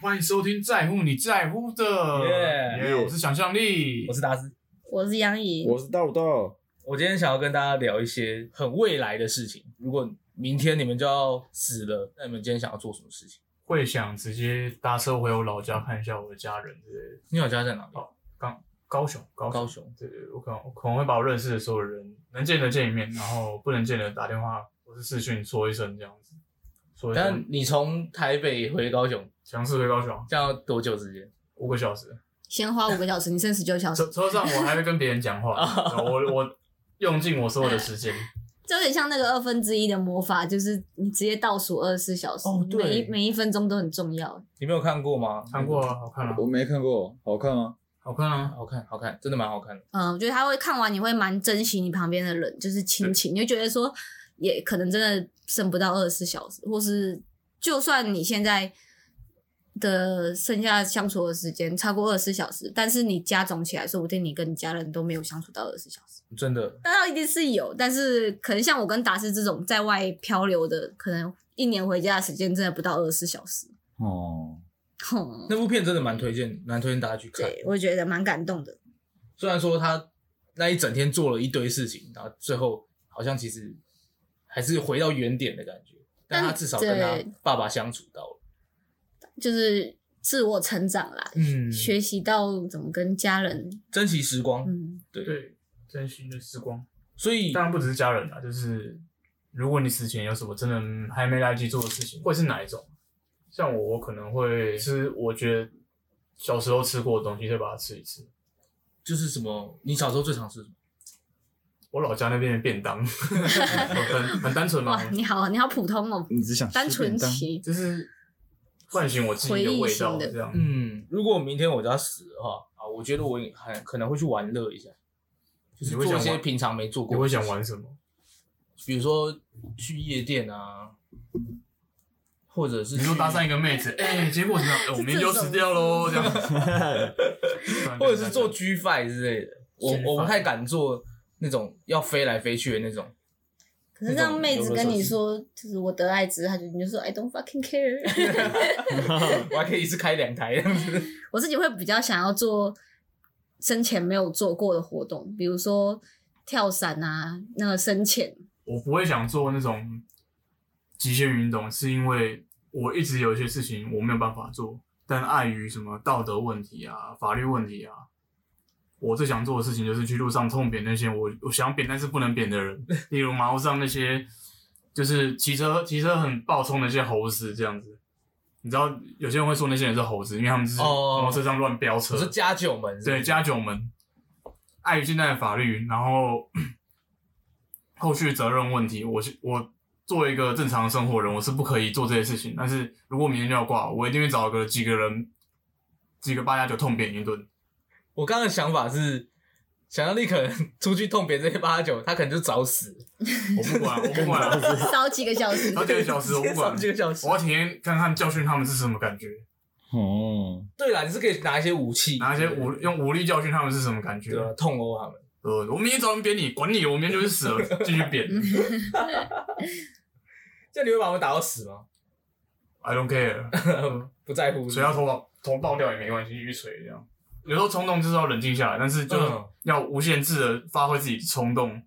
欢迎收听《在乎你在乎的》 Yeah 耶我是想象力我。是达斯，我是杨怡，我是豆豆，我今天想要跟大家聊一些很未来的事情。如果明天你们就要死了，那你们今天想要做什么事情？会想直接搭车回我老家看一下我的家人之类的。你老家在哪里？哦刚高雄，高雄，高雄。对对，我可能我可能会把我认识的所有人能见的见一面，然后不能见的打电话或是视讯说一声这样子。说一但声，你从台北回高雄，强势回高雄这样要多久时间？五个小 时，先花五个小时，你剩十九小时车，车上我还会跟别人讲话，哦我我用尽我所有的 时间。这有点像那个二分之一的魔法，就是你直接倒数二十四小时，哦对每一每一分钟都很重要。你没有看过吗？看过啊，好看啊，我没看过，好看吗？好看啊，好看，好看，真的蛮好看的。嗯，我觉得他会看完，你会蛮珍惜你旁边的人，就是亲情，你会觉得说，也可能真的剩不到二十四小时，或是就算你现在的剩下相处的时间超过二十四小时，但是你加总起来，说不定你跟你家人都没有相处到二十四小时。真的，当然一定是有，但是可能像我跟达斯这种在外漂流的，可能一年回家的时间真的不到二十四小时。哦，哼，那部片真的蛮推荐，蛮推荐大家去看。对，我觉得蛮感动的。虽然说他那一整天做了一堆事情，然后最后好像其实还是回到原点的感觉，但但他至少跟对他爸爸相处到了。就是自我成长啦，嗯学习到怎么跟家人，珍惜时光，嗯，对，珍惜的时光。所以当然不只是家人啦，就是如果你死前有什么真的还没来得及做的事情，会是哪一种？像我，我可能会吃我觉得小时候吃过的东西，再把它吃一次。就是什么，你小时候最常吃什么？我老家那边的便当， 很很单纯嘛哇，，你好，你好普通嗯哦，你只想吃单纯便当期，就是唤醒我记忆的味道回忆型的这样。嗯，如果明天我就要死的话啊，我觉得我也还可能会去玩乐一下，就是你会做一想些玩平常没做过。你会想，玩什么？比如说去夜店啊，或者是你说去搭讪一个妹子，哎、结果怎么样？哎我明天就死掉喽，这样。 或者是做 G Five 之类的。我 G5 我不太敢做那种要飞来飞去的那种。 可是让妹子跟你说，就是我得艾滋，她就你就说 I don't fucking care。 我还可以一次开两台这样子。我自己会比较想要做生前没有做过的活动，比如说跳伞啊，那个深潜，我不会想做那种极限运动，是因为我一直有一些事情我没有办法做，但碍于什么道德问题啊、法律问题啊，我最想做的事情就是去路上痛扁那些我我想扁但是不能扁的人，例如马路上那些就是骑车骑车很暴冲的那些猴子这样子。你知道有些人会说那些人是猴子，因为他们就是哦哦哦摩托车上乱飙车。我是加九门是不对，是，加九门，碍于现在的法律，然后 后续责任问题，我是我作为一个正常的生活人，我是不可以做这些事情。但是如果明天就要挂，我一定会找个几个人，几个八加九痛扁一顿。我刚刚的想法是，想象力可能 出去痛扁这些八九，他可能就找死，我不管，我不管， 烧几个小时然。后几个小时我不 管直接找，几个小时我。要体验看看教训他们是什么感觉， 哦，对啦，你是可以拿一些武器，拿一些武用武力教训他们是什么感觉对。啊吧？痛殴他们。呃，我明天早上扁你，管你，我明天就是死了，继续扁。这样你会把我们打到死吗？ I don't care。不在乎是不是，水要头爆头爆掉也没关系，继续吹这样。有时候冲动就是要冷静下来，但是就是嗯要无限制的发挥自己冲动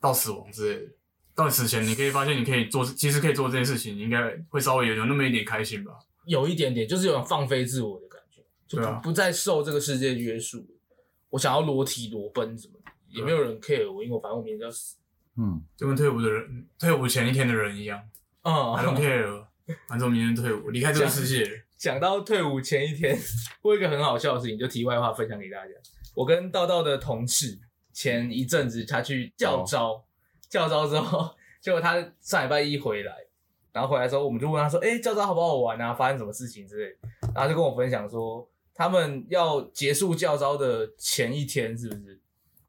到死亡之类的。到你死前，你可以发现你可以做，其实可以做这件事情，你应该会稍微有有那么一点开心吧。有一点点，就是有种放飞自我的感觉，就不、对啊不再受这个世界约束。我想要裸体裸奔什么的，也没有人 care 我，因为我反正我明天就要死。嗯，就跟退伍的人，退伍前一天的人一样嗯，I don't care，反正我明天退伍，离开这个世界。讲到退伍前一天，我有一个很好笑的事情，就题外话分享给大家。我跟道道的同事前一阵子他去教招，教招之后，结果他上礼拜一回来，然后回来之后我们就问他说：“哎、教招好不好玩啊？发生什么事情之类的。”然后他就跟我分享说，他们要结束教招的前一天，是不是？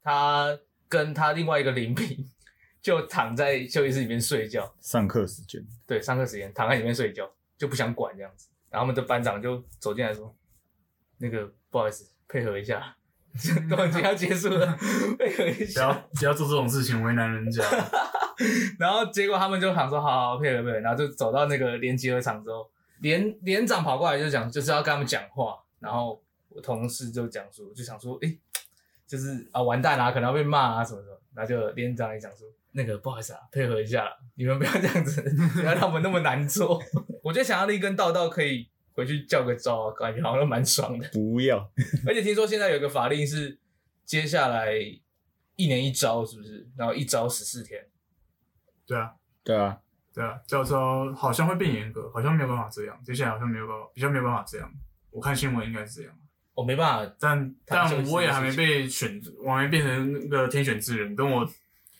他跟他另外一个邻兵 就躺在休息室里面睡觉，上课时间，对，上课时间躺在里面睡觉，就不想管这样子。然后我们的班长就走进来说：“那个不好意思，配合一下，都已经要结束了，配合一不要下。不要做这种事情，为难人家。”然后结果他们就想说：“好好配合配合。”然后就走到那个连集合场之后，连连长跑过来就讲，就是要跟他们讲话，然后我同事就讲说，就想说，哎、就是啊完蛋啦、可能要被骂啊什么什么，然后就连长也讲说，那个不好意思啊，配合一下啦，你们不要这样子，不要让我们那么难做。 我就想要立根道道可以回去叫个招，啊感觉好像蛮爽的。 不要，而且听说现在有一个法令是，接下来一年一招，是不是？然后一招十四天。对啊，对啊， 对啊，教招好像会变严格，好像没有办法这样，接下来好像没有办法，比较没有办法这样。我看新闻应该是这样，我、没办法，但他但们就是我也还没被选，我还没变成那个天选之人。等我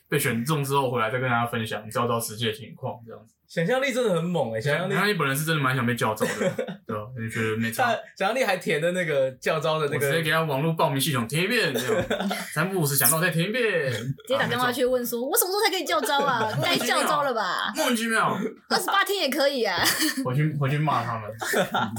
被选中之后，回来再跟大家分享教招实际的情况，这样子。想象力真的很猛哎、想象力，那你本人是真的蛮想被教招 的，对吧？你觉得没差他？想象力还填的那个教招的我那直接个，给他网络报名系统填一遍，这样三不五时想到再填一遍，啊直直接打电话，去问说，我什么时候才可以叫招啊？该叫招了吧？莫名其妙， 二十八天也可以啊。回去回去骂他们。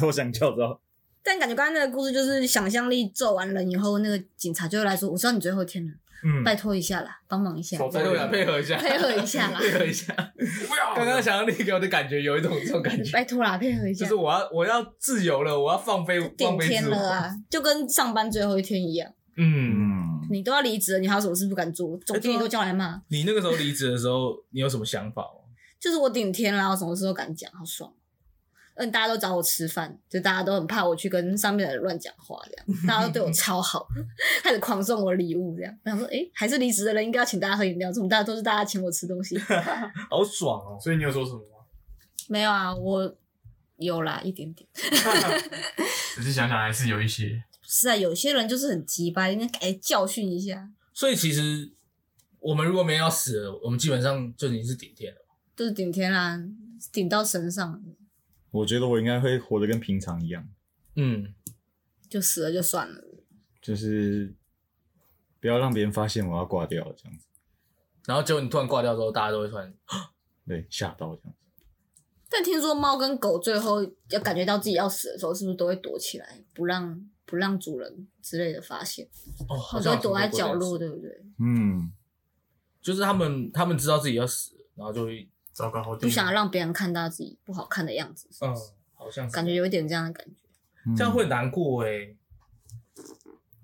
都想叫招， 但感觉刚刚那个故事就是想象力揍完人以后，那个警察就会来说：“我知道你最后一天了，嗯，拜托一下啦，帮忙一下，嗯手所以我想配合一下，配合一下啦 配合一下。不要刚刚想象力给我的感觉有一种这 种感觉，拜托啦，配合一下就是。我要我要自由了，我要放飞”放顶飞天自我。了啊，就跟上班最后一天一样，嗯，嗯，你都要离职了，你还有什么事不敢啊做？总经理都叫来骂，你那个时候离职的时候，你有什么想法吗？就是我顶天啦，我什么事都敢讲，好爽。嗯，大家都找我吃饭，就大家都很怕我去跟上面的人乱讲话，这样大家都对我超好，开始狂送我礼物，这样。我想说，诶、还是离职的人应该要请大家喝饮料，怎么大家都是大家请我吃东西？ 好爽哦！所以你有说什么吗？没有啊，我有啦，一点点。仔细想想，还是有一些。是啊，有些人就是很急吧，应该哎教训一下，所以其实我们如果没有要死了，我们基本上就已经是顶天了。就是顶天啦、顶到神上我觉得我应该会活得跟平常一样，嗯，就死了就算了。就是不要让别人发现我要挂掉了这样子，然后结果你突然挂掉之后，大家都会突然对，吓到这样子，但听说猫跟狗最后要感觉到自己要死的时候，是不是都会躲起来，不让不让主人之类的发现？哦，它好们像都有会躲在听说角过这件落，事，对不对？嗯，就是他们他们知道自己要死了，然后就会糟糕，好低不嗯想让别人看到自己不好看的样子，是嗯不是，好像是感觉有一点这样的感觉。嗯这样会很难过哎、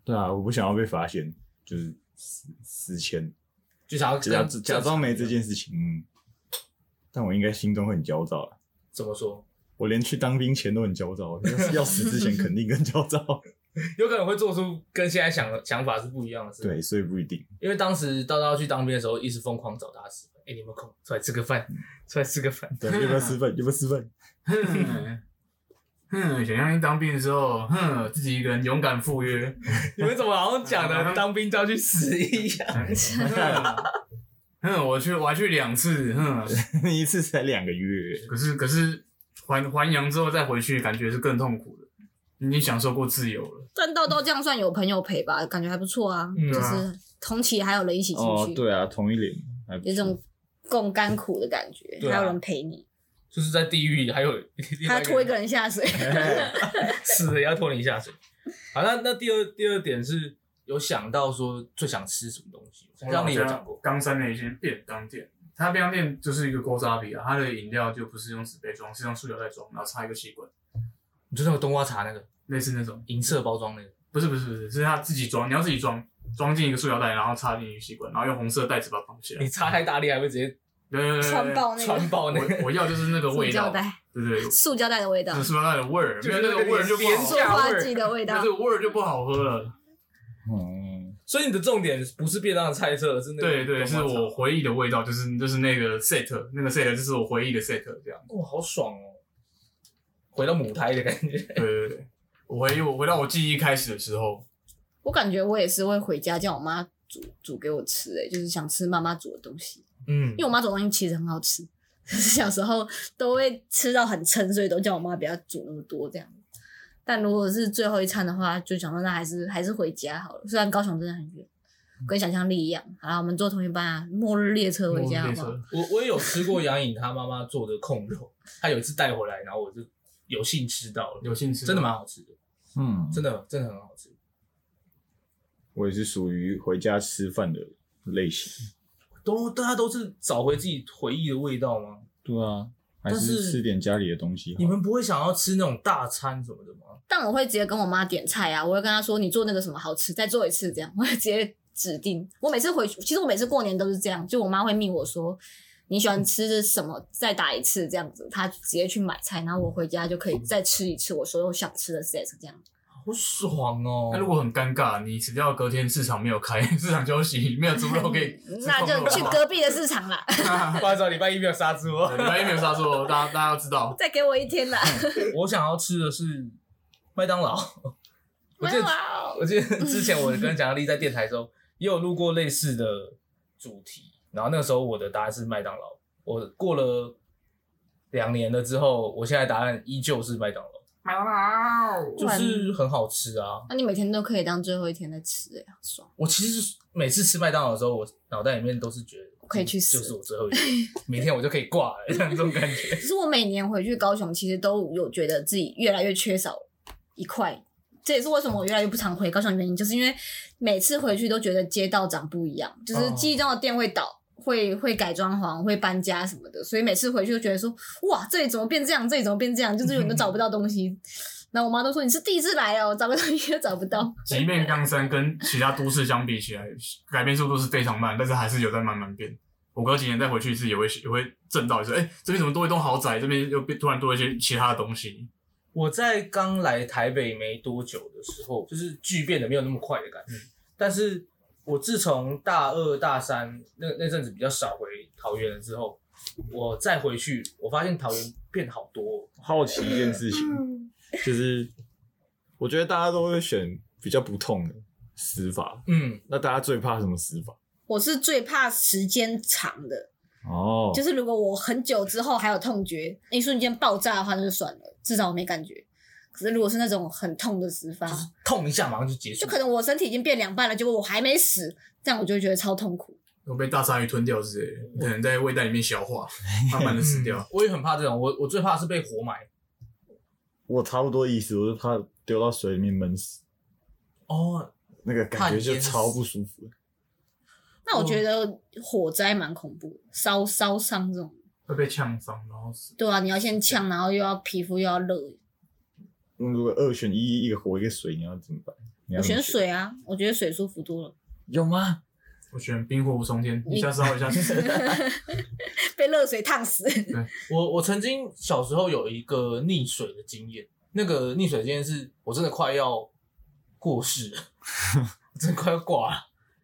对啊，我不想要被发现，就是死死前就想要假这样假装没这件事情，嗯，但我应该心中很焦躁啊了。怎么说？我连去当兵前都很焦躁， 要要死之前肯定更焦躁。有可能会做出跟现在想的想法是不一样的事。， 对，所以不一定。因为当时道道去当兵的时候，一直疯狂找他吃饭。哎、你有没有空出来吃个饭？嗯出来吃个饭。对，要不要吃饭？要不要吃饭？哼，哼，想象力当兵的时候，哼，自己一个人勇敢赴约，你们怎么好像讲嗯的当兵就要去死一样？ 哼，哼，我去，我还去两次，哼， 一次才两个月，可是可是还还阳之后再回去，感觉是更痛苦的。你已经享受过自由了，但到到这样算有朋友陪吧，感觉还不错啊，嗯就对啊是同期还有人一起进去。哦，对啊，同一脸，还不错有一种共甘苦的感觉，对啊还有人陪你，就是在地狱还有另还外要拖一人个人下 水。死了也要拖你下水。好，那那第二第二点是有想到说最想吃什么东西，我像老你有家讲过，冈山的一间便当店，它便当店就是一个锅沙比啊，它的饮料就不是用纸杯装，是用塑料袋装，然后插一个吸管，你就是那个冬瓜茶那个类似那种。银色包装那个，不是不是不是，是他自己装，你要自己装，装进一个塑料袋，然后插进一个吸管，然后用红色的袋子把它绑起来你。擦太大力还会直接对对对对穿哦爆那个穿爆那我个我要就是那个塑味胶道， 袋，对对对，塑胶袋的味道那，塑料袋的味儿，就没有是那那个个味儿就不廉好塑价了，化剂的味那 道这。个味儿就不好喝了。嗯，所以你的重点不是便当的菜色，是那个对对，冬是瓜茶我回忆的味道，就是就是那个 set，那个 set 就是我回忆的 set 这样。哇，好爽哦，回到母胎的感觉。对对对，我回忆我回到我记忆开始的时候，我感觉我也是会回家叫我妈煮煮给我吃、欸，就是想吃妈妈煮的东西，嗯因为我妈煮的东西其实很好吃， 可是小时候都会吃到很撑，所以都叫我妈不要煮那么多这样。但如果是最后一餐的话，就想说那还是还是回家好了，虽然高雄真的很远。跟想象力一样，好了，我们坐同一班啊，末日列车我回家好列不好？车我我也有吃过杨颖她妈妈做的控肉，她有一次带回来，然后我就有幸吃到了，有兴趣 真的蛮？好吃的，嗯，真的真的很好吃。我也是属于回家吃饭的类型。都大家都是找回自己回忆的味道吗？对啊，还但是是吃点家里的东西好了。你们不会想要吃那种大餐什么的吗？但我会直接跟我妈点菜啊，我会跟她说你做那个什么好吃，再做一次这样，我会直接指定。我每次回去，其实我每次过年都是这样，就我妈会命我说你喜欢吃什么，再打一次这样子，她直接去买菜，然后我回家就可以再吃一次我所有想吃的 set 这样。好爽哦！那如果很尴尬，你只要隔天市场没有开， 市场休息，没有猪肉可以吃 嗯那空肉就的去话隔壁的市场啦， 不好意思哦，礼拜一没有杀猪哦。 对礼拜一没有杀猪哦，大家大家要知道。再给我一天啦。我想要吃的是麦当劳。我没 记有得啊，我记得之前我跟蒋亚丽在电台的时候也有录过类似的主题，然后那个时候我的答案是麦当劳。我过了两年了之后，我现在答案依旧是麦当劳，麦当劳就是很好吃啊。那你每天都可以当最后一天在吃、欸，好爽。我其实每次吃麦当劳的时候，我脑袋里面都是觉得可以去死就是我最后一天，明天我就可以挂了， 这种感其觉。实我每年回去高雄，其实都有觉得自己越来越缺少一块。这也是为什么我越来越不常回高雄的原因，就是因为每次回去都觉得街道长不一样，就是哦记忆中的店会倒，会会改装潢，会搬家什么的，所以每次回去就觉得说，哇，这里怎么变这样，这里怎么变这样，就是永远都找不到东西。然后我妈都说你是第一次来哦，找个东西都找不到。即便冈山跟其他都市相比起来，改变速度是非常慢，但是还是有在慢慢变。我隔几年再回去一次，也会也会震到一次，哎、这边怎么多一栋豪宅，这边又变突然多一些其他的东西。我在刚来台北没多久的时候，就是剧变得没有那么快的感觉。但是我自从大二、大三那那阵子比较少回桃园了之后，我再回去，我发现桃园变好多哦、好奇一件事情，嗯就是我觉得大家都会选比较不痛的死法，嗯，那大家最怕什么死法？我是最怕时间长的，哦，就是如果我很久之后还有痛觉，一瞬间爆炸的话，那就算了，至少我没感觉。可是如果是那种很痛的死法，就是痛一下马上就结束。就可能我身体已经变两半了，结果我还没死，这样我就会觉得超痛苦。有被大鲨鱼吞掉之类的，你可能在胃袋里面消化， 慢慢的死掉嗯。我也很怕这种，我我最怕是被活埋。我差不多意思，我是怕丢到水里面闷死，哦，那个感觉怕就淹死超不舒服。那我觉得火灾蛮恐怖的，烧烧伤这种，会被呛伤，然后死。对啊，你要先呛，然后又要皮肤又要热。嗯那如果二选一，一个火一个水，你要怎么办？你要我怎么选水啊，我觉得水舒服多了，有吗？我选冰火五重天，你一下烧一下死。被热水烫死。 我我曾经小时候有一个溺水的经验，那个溺水经验是我真的快要过世 了，我真的快要挂了。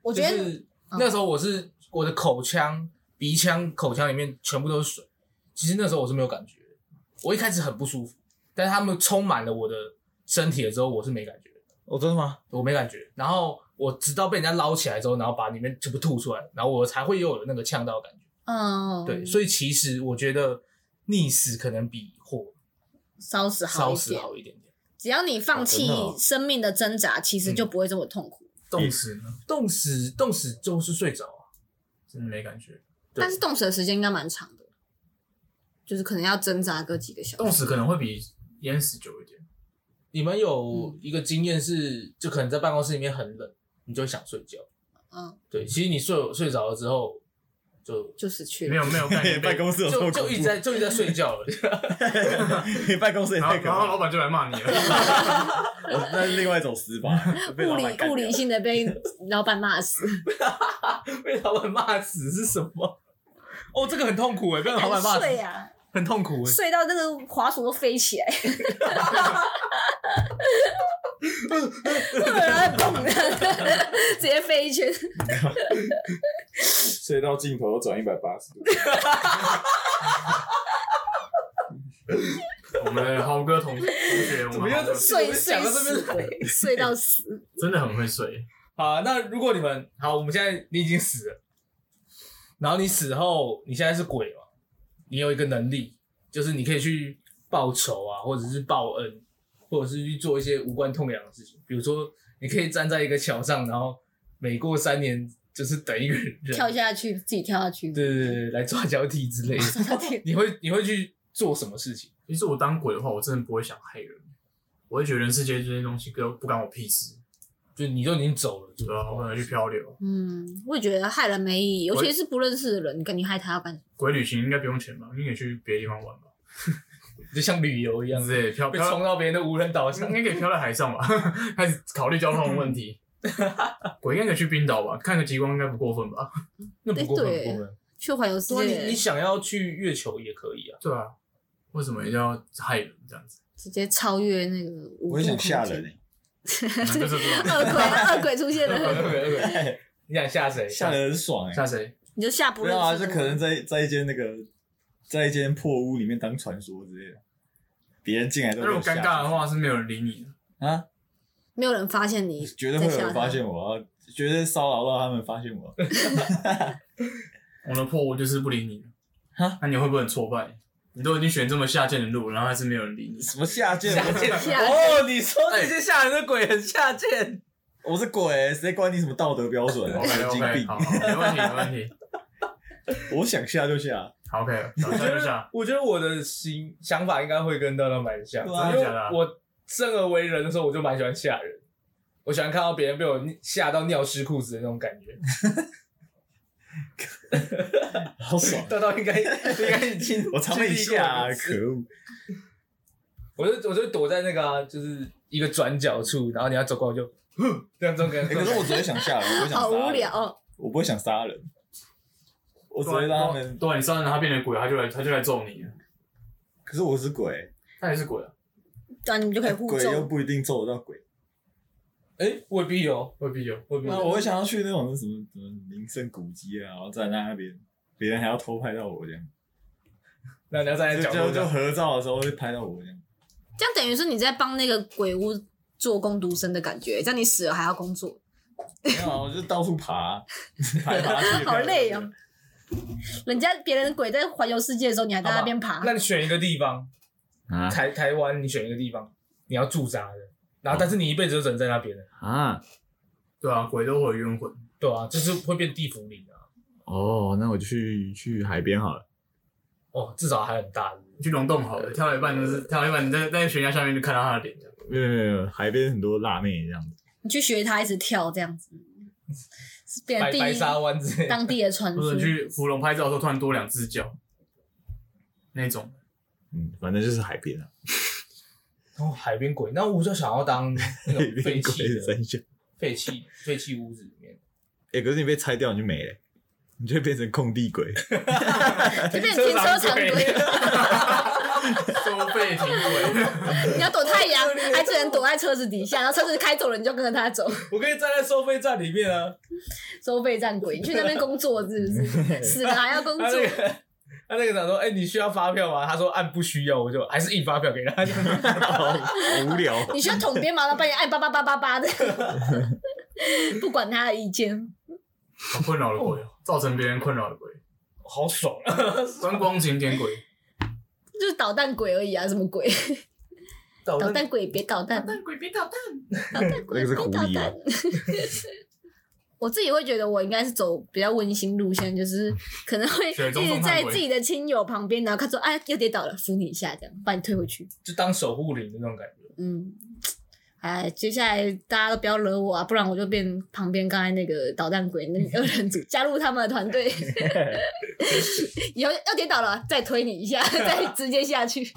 我就觉得嗯是那时候我是我的口腔、鼻腔、口腔里面全部都是水，其实那时候我是没有感觉的，我一开始很不舒服，但是他们充满了我的身体了之后，我是没感觉的，哦，真的 吗？我没感觉。然后我直到被人家捞起来之后，然后把里面全部吐出来，然后我才会又有那个呛到的感觉。嗯，对，所以其实我觉得溺死可能比火烧死好烧一死点，好一点点。只要你放哦弃真的哦生命的挣扎，其实嗯就不会这么痛苦。冻死呢，冻死冻死就是睡着啊，真的没感觉。对但是冻死的时间应该蛮长的，就是可能要挣扎个几个小冻时。死可能会比淹死久一点。你们嗯有一个经验是，就可能在办公室里面很冷，你就会想睡觉。嗯，对，其实你睡睡着了之后，就就死去了。没有没有 概念，被办公室有就多就一直在就一直在睡觉了。在办公室也然后太可然后怕老了，板就来骂你了。 我那是另外一种 死法，被物老理板干物理掉性的 被老板骂死， 被老板骂死是什么？哦，这个很痛苦欸哎，被 老板骂死睡啊，很痛苦哎。睡到那个滑鼠都飞 起来，然后砰，直接飞一圈。 睡到尽头转一百八十度，我们的豪哥同同学，我怎么们豪又哥是睡想睡到这边死来鬼，睡到死。真的很会睡。啊？那如果你们好，我们现在你已经死了，然后你死后，你现在是鬼嘛？你有一个能力，就是你可以去报仇啊，或者是报恩，或者是去做一些无关痛痒的事情。比如说，你可以站在一个桥上，然后每过三年就是等一个人跳下去，自己跳下去。对对对，来抓交替之类的。你会你会去做什么事情？其实我当鬼的话，我真的不会想害人，我会觉得人世间这些东西都不干我屁事，就你都已经走了，就对吧？啊我可能去漂流，嗯，我也觉得害人没意义，尤其是不认识的人，你跟你害他要干什么？鬼旅行应该不用钱吧？你也去别的地方玩吧？就像旅游一样，之类，漂被漂冲到别人的无人岛上应。该可以漂在海上吧？ 开始考虑交通 问题。我应该可以去冰岛吧？看个极光应该不过分吧？那不过分，对不过分。去环游世说你你界，想要去月球也可 以啊，对啊，为什么一定要害人这样 子？直接超越那个五我度也想空吓间。人欸就是这种 恶鬼，恶鬼出 现对了，对对， 你想啊吓谁？吓人很爽哎、吓谁？你就吓不不认要啊，识这的可能人。在在一间那个，在一间破屋里面当传说之类的，别人进来都那如果尴尬的话，是没有人理你的。啊，没有人发现你，绝对会有人发。现我，啊，绝对骚扰到他们发现我。我的破屋就是不理你哈，那你会不会很挫败？你都已经选这么下贱的路，然后还是没有人理你。什么下 贱？下贱吓 哦！你说这些吓人的鬼很下贱，我是鬼、谁管你什么道德标 哎准、啊？ OK 神经 OK，病！好，好没问题没问题。我想下就下，好 OK，然后我觉下就下得，。哎我觉得我的心想法应该会跟豆豆蛮像，对啊因为真的假的我生而为人的时候，我就蛮喜欢吓人，我喜欢看到别人被我吓到尿湿裤子的那种感 觉。好 爽！豆豆应该应该经，我常被吓、啊，可恶！我就我就躲在那个啊，就是一个转角处，然后你要走过来我就，哼，这样这种感欸觉。可是我只会想吓人，我不会想好杀人无，聊，哦我不会想杀人， 我只会让他们。对啊，你上让他变成鬼，他就来他就来揍你了。可是我是鬼，他也是鬼啊，这样你们就可以互 鬼又揍。不一定揍得到鬼。哎，未必有，未必有。未必哦那有。我会想要去那种什么什么名胜古迹啊，然后站在那边，别人还要偷拍到我这样，那你要站在就角就落就上，合照的时候会拍到我这样。这样等于是你在帮那个鬼屋做工读生的感觉，这样你死了还要工作，没有啊，我就到处 爬，爬来爬去。好累哦。人家别人的鬼在环游世界的时候，你还在那边爬，那你选一个地方，啊台台湾，你选一个地方，你要驻扎的，然后但是你一辈子就只能在那边了，啊！对啊，鬼都会有冤魂。对啊，就是会变地府里啊。哦，那我就去去海边好了。哦，至少还很大。去溶洞好了，跳到一半就是跳到一半，你在在悬崖下面就看到他的脸，没有没有没有，海边很多辣妹这样子。你去学他一直跳这样子，是变成白第白沙一湾之类的，哎当地的传或说者。你去芙蓉拍照的时候突然多两只脚，那种嗯，反正就是海边啊，然后哦海边鬼，那我就想要当那海种边废 鬼弃是的三小。废弃废弃屋子里面，哎、可是你被拆掉你就没了、你就会变成空 地鬼。就变成停车场鬼， 收费停鬼，你要躲太阳，哦还只能躲在车子底下，然后车子开走了，你就跟着他走。我可以站在收费站里面啊。收费站鬼，你去那边工作是不 是？死了还要工他作那，个他那个长说，哎，你需要发票吗？他说按不需要，我就还是印发票给他。 好无 聊。你需要统编吗？然后半夜按叭叭叭叭叭的，不管他的意见。好困扰的鬼哦，造成别人困扰的鬼，好爽啊！观光景点鬼，就是捣蛋鬼而已啊，什么鬼？捣捣蛋鬼别捣蛋，鬼别捣蛋，捣蛋鬼那个是别狐捣狸啊蛋。我自己会觉得我应该是走比较温馨路线，就是可能会一雪中送直炭在鬼自己的亲友旁边，然后他说：“哎，又跌倒了，扶你一下，这样把你推回去。”就当守护灵的那种感觉。嗯，哎，接下来大家都不要惹我啊，不然我就变旁边刚才那个捣蛋鬼那二人组，加入他们的团 队。以后要跌倒了，再推你一下，再直接下去。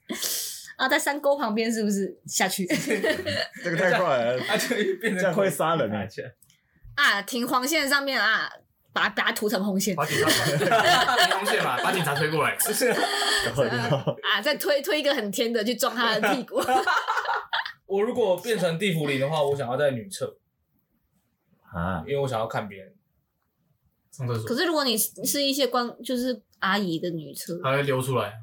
啊，在山沟旁边是不是下去？这个太快 了，他就变成这样会杀人啊啊！ 啊，停黄线上面啊，把把它涂成红线把警察，停红线嘛，把警察推过来，搞掉。啊，再推推一个很偏的去撞他的屁 股。我如果变成地府灵的话，我想要在女厕，啊因，为我想要看别人。上厕所可是如果你是是一些光就是阿姨的女厕，还会溜出来，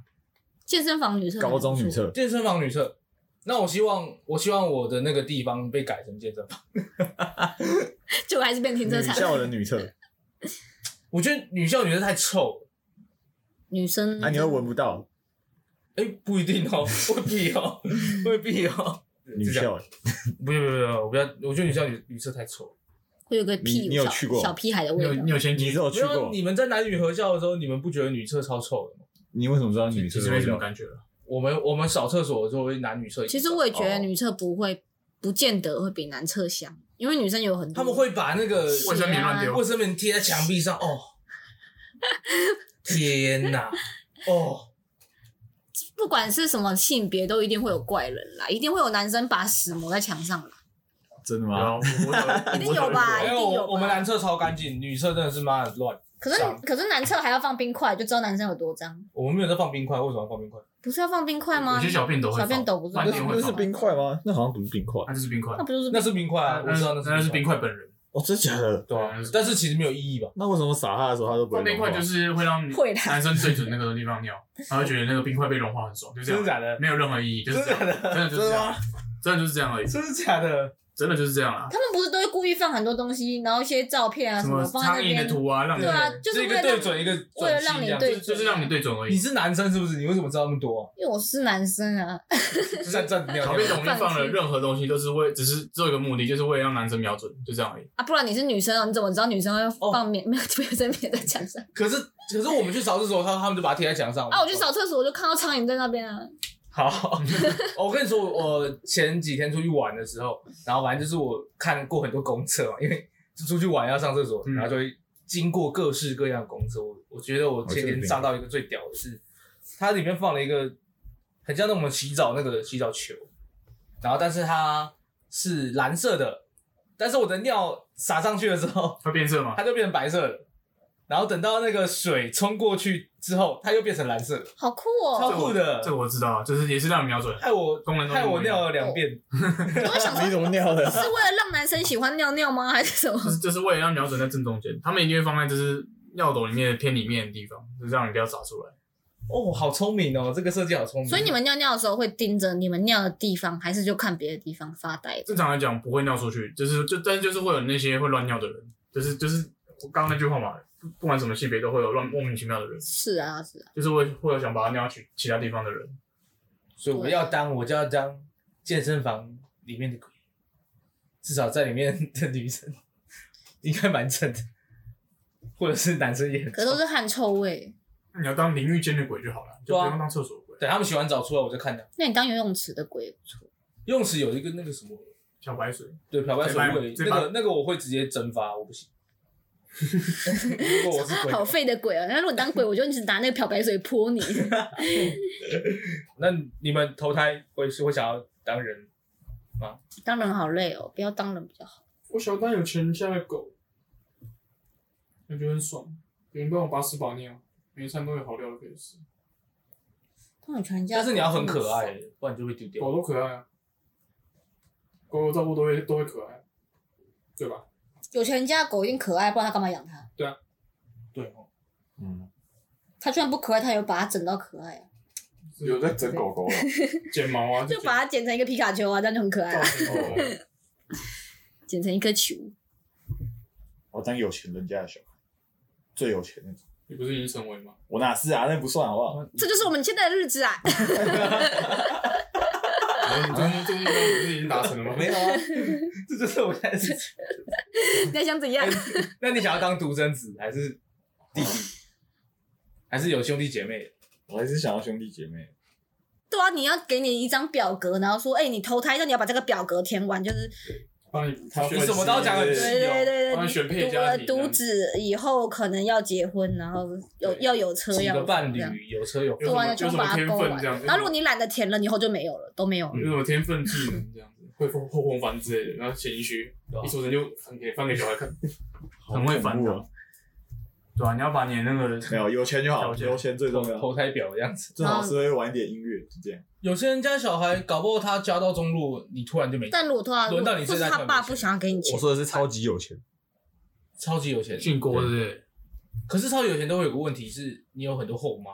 健身房女厕，高中女，厕，健身房女厕，那我希望我希望我的那个地方被改成健身房。就还是变嗯停车女场。校的女厕，我觉得女校女厕太臭了，女嗯生啊，你会闻不到哎、不一定哦，未必哦，未必哦。嗯 女就这样，校。不要不要不要，我不要，我觉得女校女女厕太臭了。会有个屁你股你有小去过小屁孩的你味有道你。有先你机是，有没去有，啊过？你们在男女合校的时候，你们不觉得女厕超臭的吗？你为什么知道女其厕实的没味什么道？感觉了，我们我们扫厕所的时候会拿女厕一起其扫，实我也觉得女厕不会，不见得会比男厕香，因为女生有很多他们会把那个卫生棉乱卫丢，生棉贴在墙 壁上，哦，天哪，哦，不管是什么性别，都一定会有怪人啦，一定会有男生把屎抹在墙上啦。真的然啊吗？后啊 我啊一定有吧啊没一定有，有吧哎我我们男厕超干净，女厕真的是妈的乱。可是脏可是男厕还要放冰块，就知道男生有多脏。我们没有在放冰块，为什么要放冰块？不是要放冰块吗有？些小便斗会小放，便斗不是饭那店啊是会那放是冰块吗？那好像不是冰块那就是冰块那，不就是那是冰块啊，我知道那是冰块。块本人。哦，真假的？对啊，但是其实没有意义吧？那为什么撒他的时候他都不会放冰融化？块就是会让会啦男生对准那个地方尿，然后觉得那个冰块被融化很爽，就这真样的，假的？没有任何意义，就是这样，真的假的真的就是这样，真的就是这样而已，真的假的？真的就是这样啊。他们不是都会故意放很多东西，然后一些照片啊什么么放在苍那蝇的边，图啊，让你对啊就是一为个了对准一个准为了让你心这样对就是让你对准而你已。是男生是不是？你为什么知道那么多啊？因为我是男生啊，站 站尿小尿便斗里面放了任何东西，都是为只是只有一个目的，就是为了让男生瞄准，就这样而已。啊，不然你是女生啊，你怎么知道女生会放棉没 有没有在棉在墙上？可是可是我们去扫厕所，他他们就把它贴在墙上。啊，我去。扫厕所，我就看到苍蝇在那边啊，好， 我跟你说，我前几天出去玩的时候，然后反正就是我看过很多公厕嘛，因为出去玩要上厕所，嗯然后就会经过各式各样的公厕。我我觉得我前天炸到一个最屌的是，它里面放了一个很像那种洗澡那个洗澡球，然后但是它是蓝色的，但是我的尿洒上去的时候，会变色吗？它就变成白色了。然后等到那个水冲过去之后，它又变成蓝色了，好酷超哦！酷的这。个我知道，就是也是让你瞄准。害我功能都害我不一样尿了两遍，哦我就想说，你怎么尿的？是为了让男生喜欢尿尿吗？ 还是什么就？是就是为了让瞄准在正中间，他们一定会放在就是尿斗里面的偏里面的地方，就是让你不要洒出来。 哦，好聪明哦，这个设计好聪明。所以你们尿尿的时候会盯着你们尿的地方，还是就看别的地方发呆？正常来讲不会尿出去，就是就但是就是会有那些会乱尿的人，就是就是我刚刚那句话嘛，不不管什么性别都会有乱莫名其妙的人，是啊，是啊，就是会会有想把它尿去其他地方的人。所以我要当我就要当健身房里面的鬼，至少在里面的女生应该蛮正的，或者是男生也很可是都正。是汗臭味。那你要当淋浴间的鬼就好了，就对啊不用当厕所的鬼。等他们洗完澡出来，我就看到那你当游泳池的鬼也不错，游泳池有一个那个什么，小白水，对漂白水味，这那把个那个我会直接蒸发，我 不行。如果我是鬼的好话，废的鬼啊！那如果当鬼，我就只拿那个漂白水泼你。 那你们投胎会是会想要当人？当人好累哦，不要当人比较好。我想当有钱人家的狗，感觉很爽，有人帮我把屎把尿，每餐都有好料的可以吃，当有全家，但是你要很可爱，，不然就会丢掉。都可爱啊，狗狗照顾都会都会可爱，对吧？有钱人家的狗一定可爱，不然他干嘛养它？对哦，嗯，他居然不可爱，他有把它整到可爱啊，有在整狗啊 狗了，剪毛啊，就把它剪成一个皮卡丘啊，这样就很可爱造哦啊，型狗狗。剪成一颗球。我当有钱人家的小孩，最有钱那种。你不是已经成为吗？我哪是啊？那不算好不好？这就是我们现在的日子啊！ 你这目这目标不是已经达成了吗？没 有啊， 这就是我现在是。你在想怎样？ 那你想要当独生子还是 弟弟，还是有兄弟姐妹的？我还是想要兄弟姐妹。对啊，你要给你一张表格，然后说，哎、你投胎，那你要把这个表格填完，就是 帮你他你什么都要讲很对细对对哦。对帮你选配对，家庭独独子以后可能要结婚，然后有对要有车几要个有伴房这样侣，有车有房有对啊，全什么部把它有什勾么天分嗯完这样。然后如果你懒得填了，你以后就没有了，都没有了。有什么天分、技能这样子，会后后空翻之类的，然后前一虚对啊，一出生就翻给翻给小孩看，很恐会怖翻哦的。啊对啊，你要把你的那个 没有有钱就好，有钱有钱最重要。投胎表这样子。最好是会玩一点音乐，就这样。有些人家小孩搞不好他家道中落，你突然就没但如果突然，轮到你或这是代他突然爸没不想要给你我钱，说的是 超级有钱，超级有钱。进锅之类的。可是超级有钱都会有个问题是，你有很多后妈。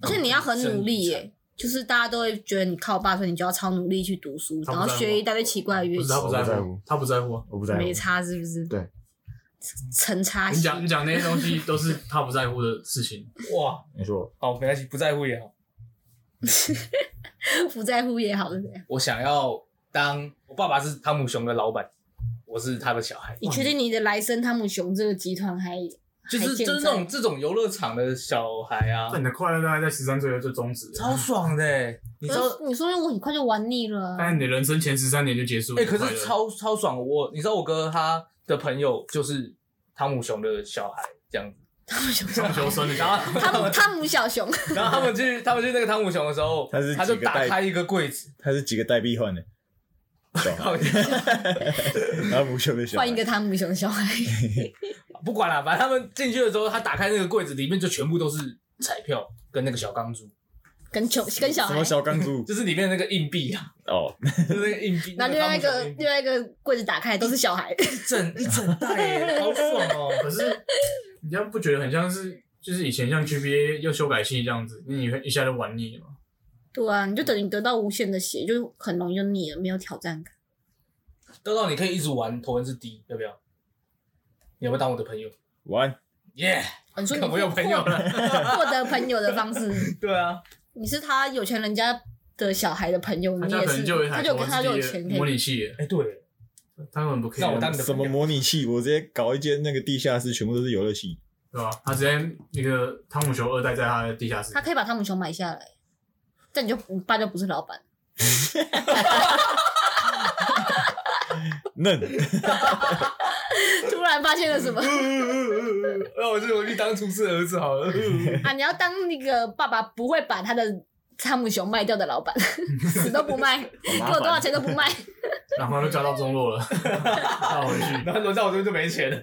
而且你要很努力生遗耶。就是大家都会觉得你靠爸，所以你就要超努力去读书，他然不后在乎啊学一大堆奇怪的乐不器是，他不在我不在乎乎，他不在乎啊。我不在乎没。差是不是？对，成差你系。讲你讲那些东西都是他不在乎的事情，哇，没错，好，没关系，不在乎也好。不在乎也好，是这样。我想要当我爸爸是汤姆熊的老板，我是他的小孩，你确定你的莱森汤姆熊这个集团还就是就是那种这种游乐场的小孩啊那，你的快乐大概在十三岁就终止了，超爽的、欸。你知道？可是呃你说我很快就玩腻了啊、但是你的人生前十三年就结束了。哎、可快乐是超超爽！我你知道我哥他的朋友就是汤姆熊的小孩这样子，汤姆熊，上求生的然后汤姆汤姆小熊，然后他们去他们去那个汤姆熊的时候，他是他就几个打代开一个柜子，他是几个代币换 的，靠然后无休的小孩换一个汤姆熊小孩，不管了，反正他们进去的时候，他打开那个柜子，里面就全部都是彩票跟那个小钢珠，跟球跟小孩什么，小钢 珠就是里面那个硬币啊， 哦，就是那个硬币。然后另外一个个钢珠另外一个柜子打开都是小孩，一整一整袋 耶，好爽哦！可是你这样不觉得很像是，就是以前像 GBA 要修改器这样子，你一下就玩腻了吗？对啊，你就等于得到无限的血，就很容易就腻了，没有挑战感。豆豆，你可以一直玩头文字 D，要不要？你要不要当我的朋友？玩耶、你说你看我有朋友了。获得朋友的方式，对啊，你是他有钱人家的小孩的朋友，他你家也可是能就有一，他台就头跟文他字就有 D 钱的可模以拟器耶，哎、对，他们不 care，那我当你的什朋么友。模拟器？我直接搞一间那个地下室，全部都是游乐器。对吧？他直接那个汤姆熊二代在他的地下室他，可以把汤姆熊买下来，但你就你爸就不是老板。嫩，突然发现了什么那我就回去当厨师的儿子好了。啊？你要当那个爸爸不会把他的汤姆熊卖掉的老 板，死都不卖，给我多少钱都不卖。然后就加到中 落了，要回去。然后轮到我这边就没钱了，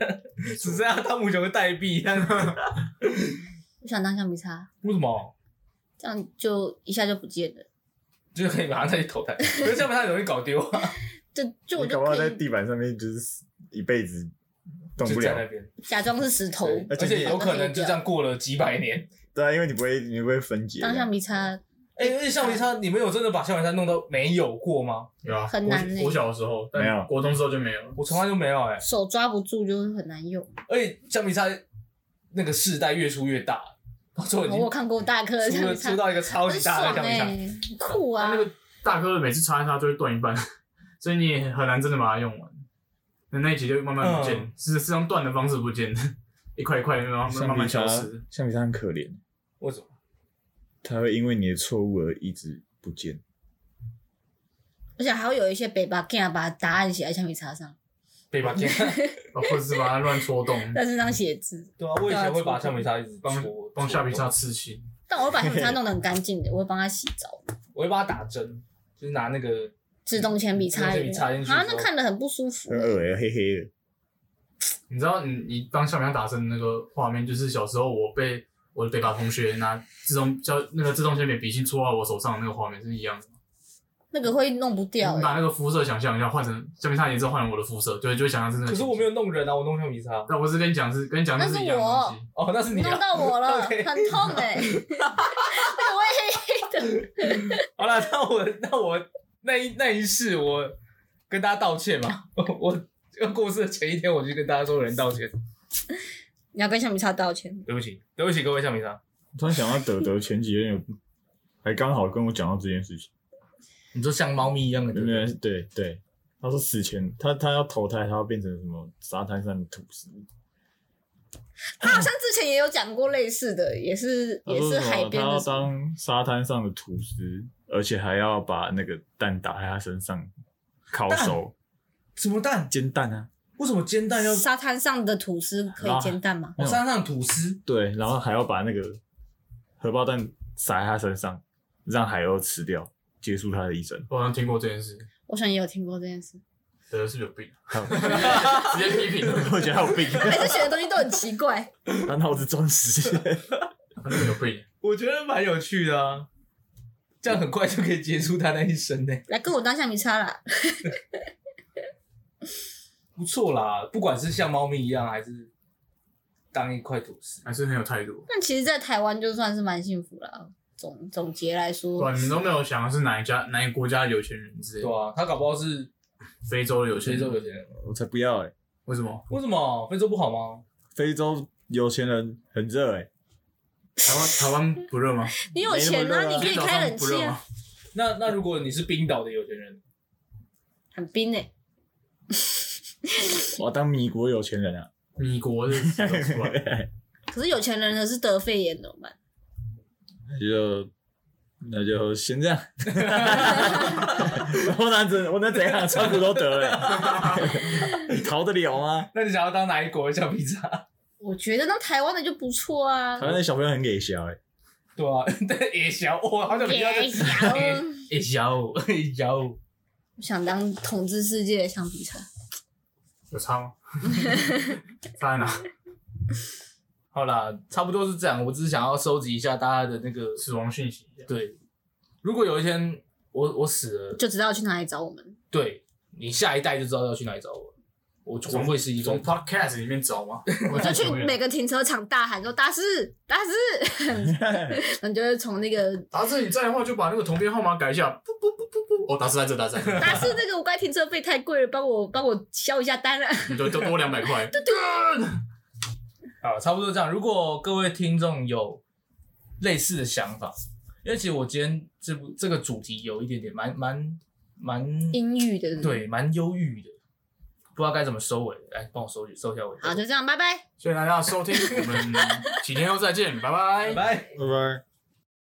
只剩下汤姆熊的代币。我想当橡皮擦，为什么？这样就一下就不见了。就是可以马上再去投胎，可是这样不太容易搞丢啊，就就我你就搞不好可在以地板上面就是一辈子动就不在了那。边，假装是石头，对而而且且有可能就这样过了几百年。对啊，因为你不会，你不会分解。当橡皮擦哎、而且橡皮擦，你们有真的把橡皮擦弄到没有过吗？有啊，很我难欸我小的时候，但没有国中之后就没有了。我从来就没有哎、手抓不住就是很难用。而且橡皮擦那个世代越出越大，到最后已哦我经有看过大颗的出橡了皮出擦，到一个超级很大爽的橡皮哎，擦。酷啊但！那个大哥每次插一插就会断一半， 所以你也很难真的把它用完。那那一集就慢慢不见，嗯是是用断的方式不见，一块一块慢慢慢慢消失。橡皮擦很可怜，为什么？它会因为你的错误而一直不见。而且还会有一些北巴 g 把答案写在橡皮擦上，被把对哦或者是把它乱戳动，但是当写字。啊，我以前会把橡皮擦一直帮戳帮橡皮，擦戳刺青。但我会把橡皮擦弄得很干净的，我会帮他洗澡，我会帮它打针，就是拿那个自动铅笔嗯擦自动铅一笔插进去啊，之后那看得很不舒服很。恶欸黑黑的。你知道你你帮橡皮擦打针的那个画面，就是小时候我被我的北法同学拿自动胶那个自动铅笔笔芯戳到我手上的那个画面是一样的。那个会弄不掉你把欸，那个肤色想象一下，换成橡皮擦颜色换成我的肤色，就会就会想象是那个。可是我没有。弄人啊，我弄橡皮擦。但我是跟你讲是跟你讲那是是一样的我东西。哦，那是你、啊、弄到我 了， OK 很痛哎，那个会黑黑的。好了，那我那我那一那一世，我跟大家道歉嘛。 我我过世的前一天，我就跟大家所有人道歉，你要跟橡皮擦道歉，对不起，对不起各位橡皮擦。突然想到德德前几天有，还刚好跟我讲到这件事情。你说像猫咪一样的，对原不对？来是对对，他说死前他他要投胎，他要变成什么沙滩上的吐司。他 好像之前也有讲过类似的，也是他也说是什么海边他的要什么，当沙滩上的吐司，而且还要把那个蛋打在他身上烤熟什么蛋？煎蛋啊。为什么煎蛋要沙滩上的吐司可以煎蛋吗？哦山上吐司？对，然后还要把那个荷包蛋撒在他身上，让海鸥吃掉，结束他的一生。我好像听过这件事，我想也有听过这件事。得是不是有病，还有直接批评了， 我觉得他有病，每次选的东西都很奇怪， 他脑子装屎。他真的有病。我觉得蛮有趣的啊，这样很快就可以结束他那一生呢、来跟我当橡皮擦啦。不错啦，不管是像猫咪一样，还是当一块吐司，还是很有态度。但其实，在台湾就算是蛮幸福啦。总总结来对、说啊，，你们都没有想是哪一家、哪一个国家的有钱人之类对的，啊，他搞不好是非洲的有钱非人，洲有钱人， 我才不要哎、为什么？为什么非洲不好吗？非洲有钱人很热哎、台湾台湾不热吗？你有钱啊，没那么热啊你可以早开上冷不热气啊吗。？那那如果你是冰岛的有钱人，很冰欸诶、我要当米国有钱人啊！米国是想得出来，可是有钱人的是得肺炎怎么办？那就那就先这样。我哪怎我能怎样？欸川普都得了、你逃得了吗？那你想要当哪一国的橡皮擦？我觉得那台湾的就不错啊台，湾的小朋友很给笑哎，对啊， 对，也小我好久没听到这也小，也哦小也小，我嗯想当统治世界的橡皮擦。有差吗？差在哪？好啦，差不多是这样。我只是想要收集一下大家的那个死亡讯息。对，如果有一天我我死了，就知道去哪里找我们。对你下一代就知道要去哪里找我，我我会是一从种 podcast 里面 找吗？我就去每个停车场大喊说“大师，大师”，然后就会从那个达志，你在的话就把那个同编号码改一下。不不不不不，哦，达志在这，达志在“这，大师”这个我该停车费太贵了，帮我帮我消一下单啊！你就多多两百块。啊，差不多这样。如果各位听众有类似的想法，因为其实我今天这部这个主题有一点点蛮蛮蛮阴郁的，对蛮忧郁的，不知道该怎么收尾。来，帮我收收一下尾。好，就这样，拜拜。谢谢大家的收听，我们几天后再见，拜拜拜。拜。拜拜。